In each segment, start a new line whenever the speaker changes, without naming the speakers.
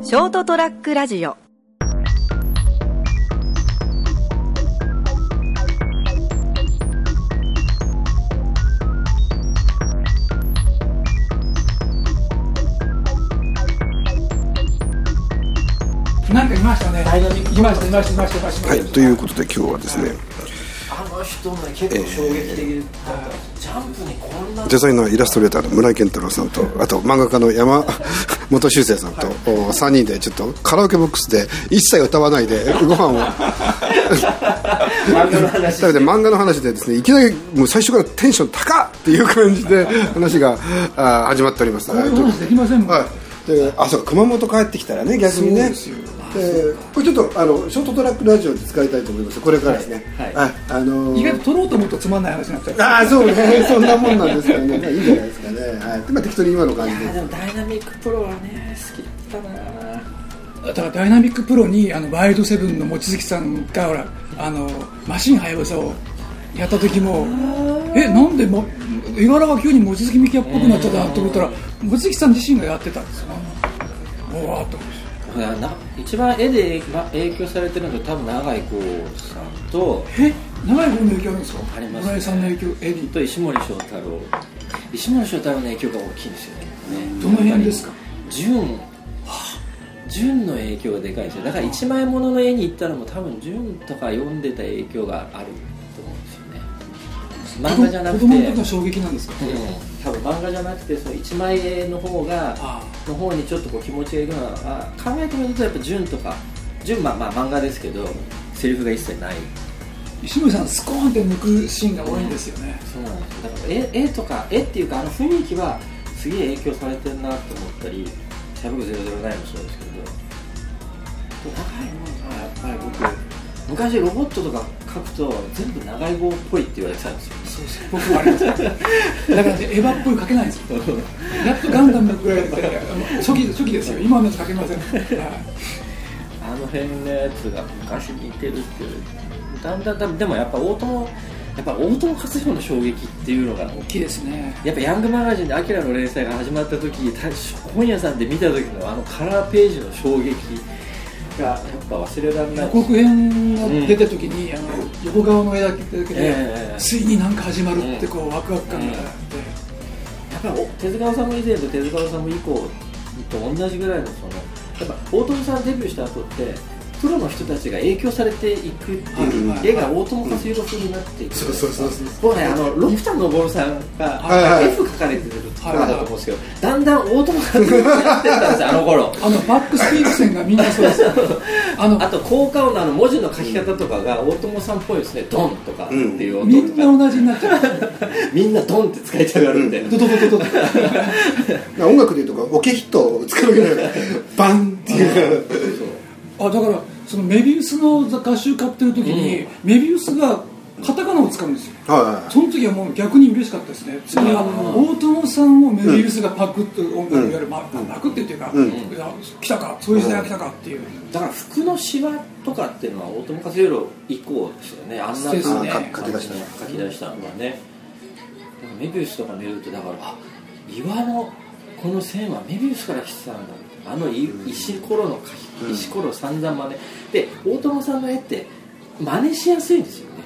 ショートトラックラジオ
なんかいましたね。いましたいましたいましたいました。
はい、ということで今日はですね、
あの人ね結構衝撃的だった、ジャンプにこんな
デザイナーイラストレーターの村井健太郎さんと、あと漫画家の山 本修正さんと、お3人でちょっとカラオケボックスで一切歌わないでご飯を
漫画の話
食べて漫画の話でですね、いきなりもう最初からテンション高っっていう感じで話があー始まっております。はいと
できませんもん。
はい、であそうか熊本帰ってきたらね逆にねでこれちょっとあのショートトラックラジオで使いたいと思いますこれからですね、
はい
はいあのー
意外と取ろうと思うとつまんない話になっちゃう。
ああそうねそんなもんなんですからねまあいいんじゃないですかねはいでまあ適当に今の感じ
あ
で
でもダイナミックプロはね好きだったな
だからダイナミックプロにあのワイルドセブンの望月さんがほらあのマシンハヤブサをやった時もえなんでも絵柄が急に望月美希也っぽくなっちゃったなと思ったら望月さん自身がやってたんですよおわーっと
ほらな一番絵でま影響されてるのが多分永井豪さんと
え長い方の影響あるんですか
あります
村井さんの影響絵に
と石森章太郎石森章太郎の影響が大きいんですよね
どの辺ですか
純純の影響がでかいですよだから一枚物の絵に行ったらもう多分純とか読んでた影響があると思うんですよね漫画じゃなく
子
て
供の時の衝撃なんですか
うん多分漫画じゃなくてその一枚絵の方が
あ
の方にちょっとこう気持ちがいくのはあ考えてみるとやっぱ純とか純まあまあ漫画ですけどセリフが一切ない
石森さんスコーンって抜くシーンが多いんですよね
そうなんですよだから絵絵とか絵っていうかあの雰囲気はすげえ影響されてるなと思ったり「100 0 0 9もそうですけど長いものがやっぱり僕昔ロボットとか描くと全部長い棒っぽいって言われてたんですよそうです
僕はあれですだからねエヴァっぽい描けないんですよやっとガンダムぐらいで初期初期ですよ今のやつ描けません、はい
あの辺のやつが昔似てるっていうだんだんだんでもやっぱ大友やっぱ大友克洋の衝撃っていうのが
大きいですね
やっぱヤングマガジンで「アキラの連載が始まった時た本屋さんで見た時のあのカラーページの衝撃がやっぱ忘れられな
予
い
告編が出た時に、あの横顔の絵だけで、
ええ
ついになんか始まるってこう、ワクワク感があって、
やっぱりお手塚治虫以前と手塚治虫以降と同じぐらいのそのやっぱ大友さんデビューした後ってプロの人たちが影響されていくってい
は
う
い
絵が大友克洋風になっていく
そうそうそうそ
も
う
うねあの六田昇さん
はいは
が
い
F 書かれてるところだと思うんですけど
は
だんだん大友克洋になってったんですよあの頃
あのバックスピーク線がみんなそうですよあの
あと効果音のあの文字の書き方とかが大友さんっぽいですねドンとかっていう
み
音と
んな
か、
同じになっちゃう
みんなドンって使いたがるんで、
ドドドドドド
まあ音楽でいうとこオケヒットを使うぐらいバンっていう
あだからそのメビウスの画集買ってる時に、メビウスがカタカナを使うんですよ
は
その時はもう逆に嬉しかったですねつまりあの大友さんをメビウスがパクッと音楽いわゆる、まあ、パクってっていうか、いや来たかそういう時代が来たかっていう、
だから服のシワとかっていうのは大友克洋以降ですよねあんな
そうです
感
ね
じ
あ
書き出したの
書き出したのがねだからメビウスとか見るとだからあ岩のこの線はメビウスから来てたんだあのい石ころの書き、石ころ散々真似で大友さんの絵って真似しやすいんですよね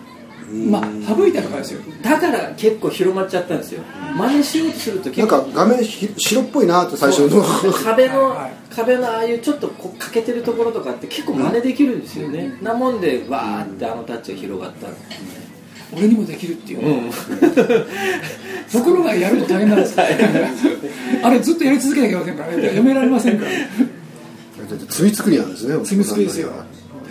まあ省いたとかですよ
だから結構広まっちゃったんですよ真似しようとすると
いな
結
んか
構
画面ひ白っぽいなって最初の
壁の、
はいはい
壁のああいうちょっとこう欠けてるところとかって結構真似できるんですよね、なもんでわーってあのタッチが広がったん ですね
俺にもできるっていう、
うん
ところがやると大変なんです よ あれずっとやり続けなきゃいけませんからねやめられませんから
罪作りなんですね
積みつきです よ
だか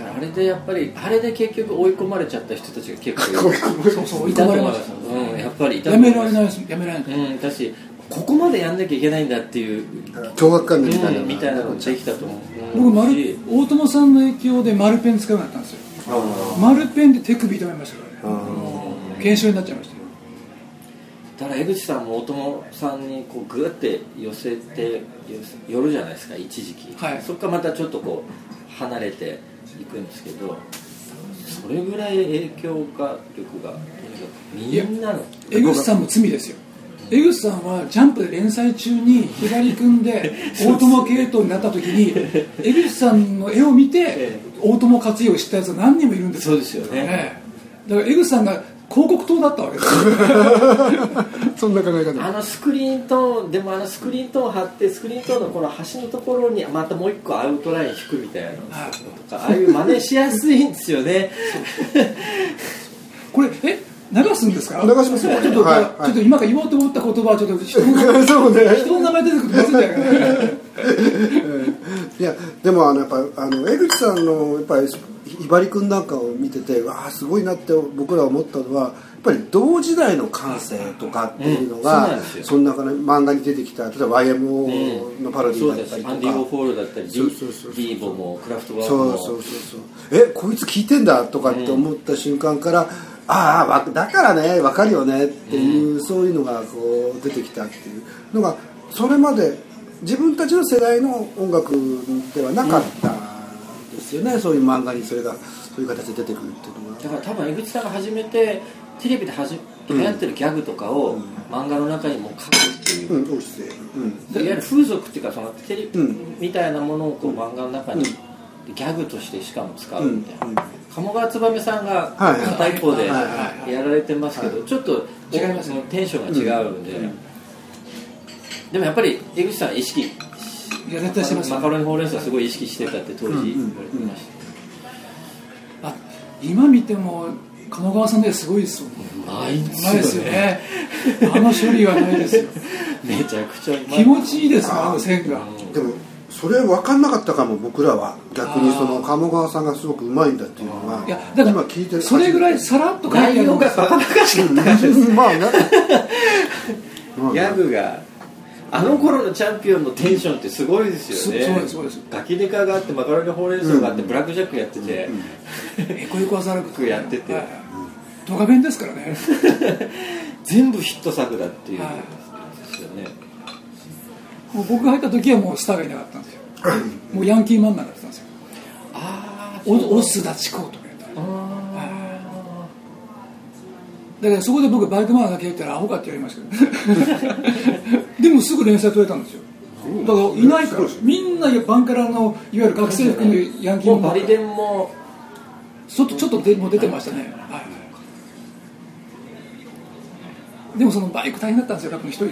らあれでやっぱりあれで結局追い込まれちゃった人たちが結
こ
構
ういう
そうそう追い
い
込
たと
まれ
思
ま
いま
し
す
た
うんやっぱりいたと
や
思
め
いま
られ
す
ないですやめられない
うんだしここまでやんなきゃいけないんだっていう、
凶悪感みたいな
うんみたいなのができたと思う、
僕
うん
丸
し
大友さんの影響で丸ペン使うようになったんですよ丸ペンで手首痛めましたからね検証になっちゃいましたよ
だから江口さんも大友さんにこうグーって寄せて寄せ寄るじゃないですか一時期、
はい
そっからまたちょっとこう離れていくんですけどそれぐらい影響が力がとにかくみんなの
江口さんも罪ですよ江口さんはジャンプで連載中に左組んで大友系統になった時に江口さんの絵を見て
え
大友克洋を知ったやつが何人もいるんです
そうですよね
ええだから江口さんが広告塔だったわけですよ
そんな考え 方
あのスクリーントーンでもあのスクリーントーン貼ってスクリーントーンのこの端のところにまたもう一個アウトライン引くみたいなのと
はい
かああいう真似しやすいんですよね
これえ流すんですか
流しますよ
ちょっと、
はい
ちょっと今から言おうと思った言葉はちょっと人の
そうね
人の名前出てくるとまずいんだよね
いやでもあのやっぱあの江口さんのやっぱりひばりくんなんかを見ててわあすごいなって僕ら思ったのはやっぱり同時代の感性とかっていうのが、
うんそうなんですよ
その中の漫画に出てきた例えば YMO のパロディ
そう
ーだ
で
った
す
りと
ア
か、
ンディ・ゴフォールだったりデ
そう
ィ
そうそうそう
ディーボもクラフトワーク
そう
も
そうそうそうえこいつ聞いてんだとかって思った瞬間から、ああわだからねわかるよねっていう、そういうのがこう出てきたっていうのがそれまで自分たちの世代の音楽ではなかったんですよね、そういう漫画にそれがそういう形で出てくるっていうの
だ
が。
から多分江口さんが初めてテレビではじ流行ってるギャグとかを
うん
漫画の中にも書くっていう
うん、落ちて、うん、
いわゆる風俗っていうかそのテレビ
うん
みたいなものをこう漫画の中に
うん
ギャグとしてしかも使うみたいな、
うんうん
鴨川燕さんが
はいはい
片一方で
はい
はいはい
やられてますけどちょっと
違いますね
おテンションが違うんで、
うん
でもやっぱり江口さんは意識し
いや絶対してますよ
マカロニほうれん草すごい意識してたって当時言われてました、
あ今見ても鴨川さんの絵すごいですよね
うまいっ
うまいですよねあの処理はないですよ
めちゃくちゃうまい
気持ちいいですよあの線が
でもそれ分かんなかったかも僕らは逆にその鴨川さんがすごくうまいんだっていうのが
いやだから
今聞いてる
それぐらいさらっと書い
内
てある
容
ん
が
で
バ
すよ
カバカしかったからです
うんまあねうん
ギャグがあの頃のチャンピオンのテンションってすごいですよね
そうそうですそうです
ガキデカがあってマカロニほうれん草があって、ブラックジャックやってて、
エコエコアザラク
やってて
はいドカベンですからね
全部ヒット作だっていう
はい
ですよね、
もう僕が入った時はもうスターがいなかったんですよもうヤンキーマンナーだったんですよ
ああ
オオスダチコとかやった
あ
だからそこで僕バイクマンだけ言ったらアホかって言われましたけど でもすぐ連載取れたんですよだからいないからみんなバンカラのいわゆる学生服のヤンキー
もう
マ
バ
ン
リデンも
ちょっとちょっとでも出てましたね、はい、でもそのバイク大変だったんですよ多分一 人で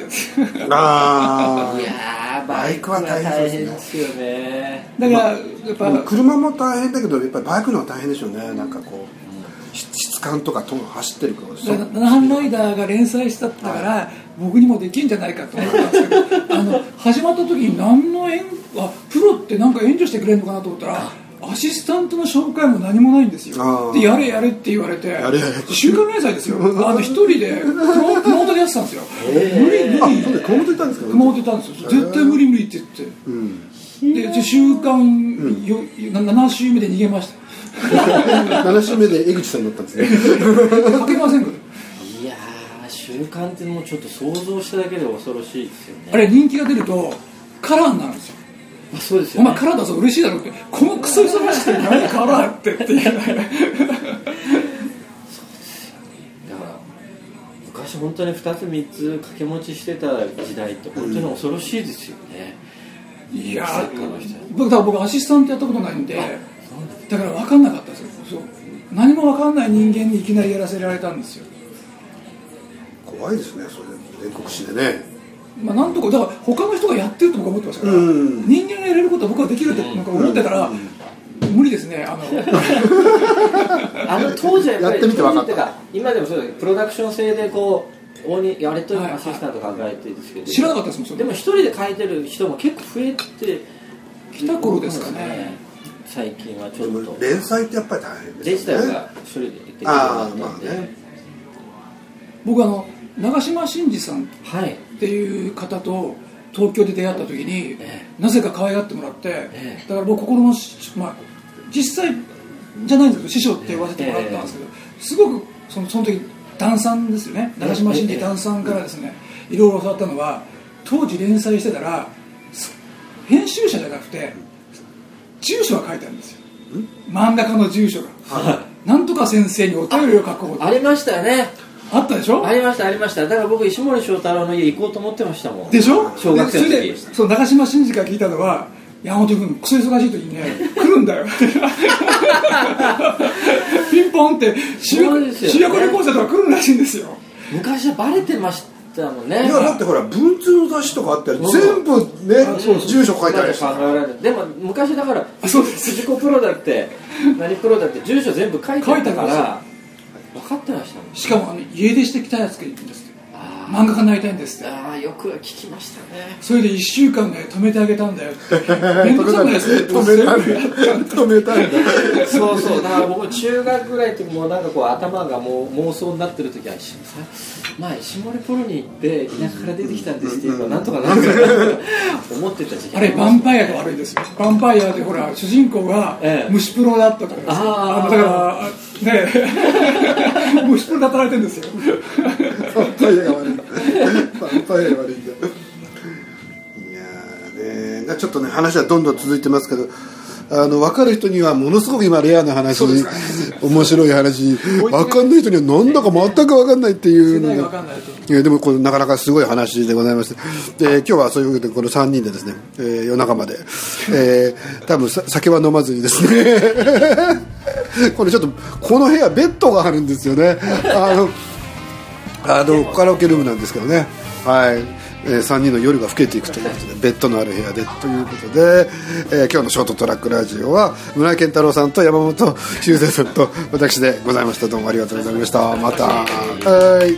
あ
いやー
バ
バ
イ
イ
ク
クは
は大
大
変
変
で
ですよね
だからやっぱ、
あ車も大変だけどやっぱりバイクの方が大変でしょうねなんかこうし質感とかと走ってるから
だから七半ライダーが連載したったから、僕にもできるんじゃないかと思ったんですけ どあの始まった時に何の援あプロってなんか援助してくれるのかなと思ったらアシスタントの紹介も何もないんです
あ
よ
ー
でやれやれって言われて
やれやれ
週刊連載ですよあの一人で熊本熊本でやってたんですよ無理
あ
無
そ
理
うで熊本行ったんですか
熊本行ったんですよ絶対無理無理って言って
うん
でじゃあ週刊よ、7週目で逃げました
7週目で江口さんになったんですね
書けませんから
いやー習慣ってもうちょっと想像しただけで恐ろしいですよね
あれ人気が出るとカラーになるんですよ
あそうです
お
よね
前カラーだぞ嬉しいだろうってこのクソ忙しくて 何カラーってっていう
だから昔本当に2つ3つ掛け持ちしてた時代って本当に恐ろしいですよね、
いや
サッカーの人
ー僕だから僕アシスタントやったことないんでだから分かんなかったですよそう何も分かんない人間にいきなりやらせられたんですよ
怖いですねそれ全国紙でね
まあなんとかだから他の人がやってると僕は思ってましたから、
うん
人間がやれることは僕はできるってなんか思ってたら、無理ですねあの
あの当時はやっぱり
やってみて分かった
当時いう今でもそうだけどプロダクション制でこう大にやれという
はい
アシスタント考えてるんですけど、
知らなかったですもんそれ
でも一人で書いてる人も結構増えて
来た頃ですかね
最近はち
で
ょっ
も
と
連載ってやっぱり大変
デ
で
ジ
す
タ
よ
ル
ね
が一人でできるようにな
あ
っ
あま
たん
あ
で、
ね
僕あの長嶋真司さん
はい
っていう方と東京で出会った時に、
え
なぜか可愛がってもらって、
え
だから僕心のし、まあ、実際じゃないんですけど師匠って言わせてもらったんですけど、すごくそのその時段さんですよね
ええ
長嶋真司段さんからですね、いろいろ教わったのは当時連載してたらす編集者じゃなくて住所が書いてあるんですよ真ん中の住所が、なんとか先生にお便りを書こうと
ありましたよね
あったでしょ
ありましたありましただから僕石森章太郎の家行こうと思ってましたもん
でしょ
小学生の時
でそれでそう長嶋真司から聞いたのは山本君クソ忙しい時にね来るん だよピンポンって修
そう
学
ですよね
修学旅行生とか来るらしいんですよ
昔はバレてましたもんね
いやだってほら文通の雑誌とかあったら
そう
全部ね住所書いてあるし
なんか考えられるでも昔だから
あそうです
藤子プロだって何プロだって住所全部書いてあったか
書いて
ら
あ
分かってましたもん
しかもあの家出してきたやつがいるんですって
あ
漫画家になりたいんですって
あーよく聞きましたね
それで1週間ね止めてあげたんだよ 面
止
倒くさくないですか
めたんだ止めたんだ
そうそうだから僕中学ぐらいの時もなんかこう頭がもう妄想になってる時は石森さんまあ石森プロに行って田舎から出てきたんですっていうのはなんとかなんとかなんとか思ってた時期
あれヴァンパイアが悪いですよヴァンパイアでほら主人公が
ええ
虫プロだったからですよ
あ
のだ
ー
からねえ 虫プロで働いてるんですよ
パンパイアが悪いパンパイアが悪いんだいやーねーちょっとね話はどんどん続いてますけどあの分かる人にはものすごく今レアな話に面白い話分かんない人にはなんだか全く分かんないっていう
世代
の
が分
が
かんないと
いやでもこれなかなかすごい話でございまして、で今日はそういうわけでこの3人でですね、えー夜中まで、えー多分さ酒は飲まずにですね これちょっとこの部屋ベッドがあるんですよねあのあのカラオケルームなんですけどねはい、え3人の夜が更けていくということでベッドのある部屋でということで、えー今日のショートトラックラジオは村井健太郎さんと山本修正さんと私でございましたどうもありがとうございましたまたはい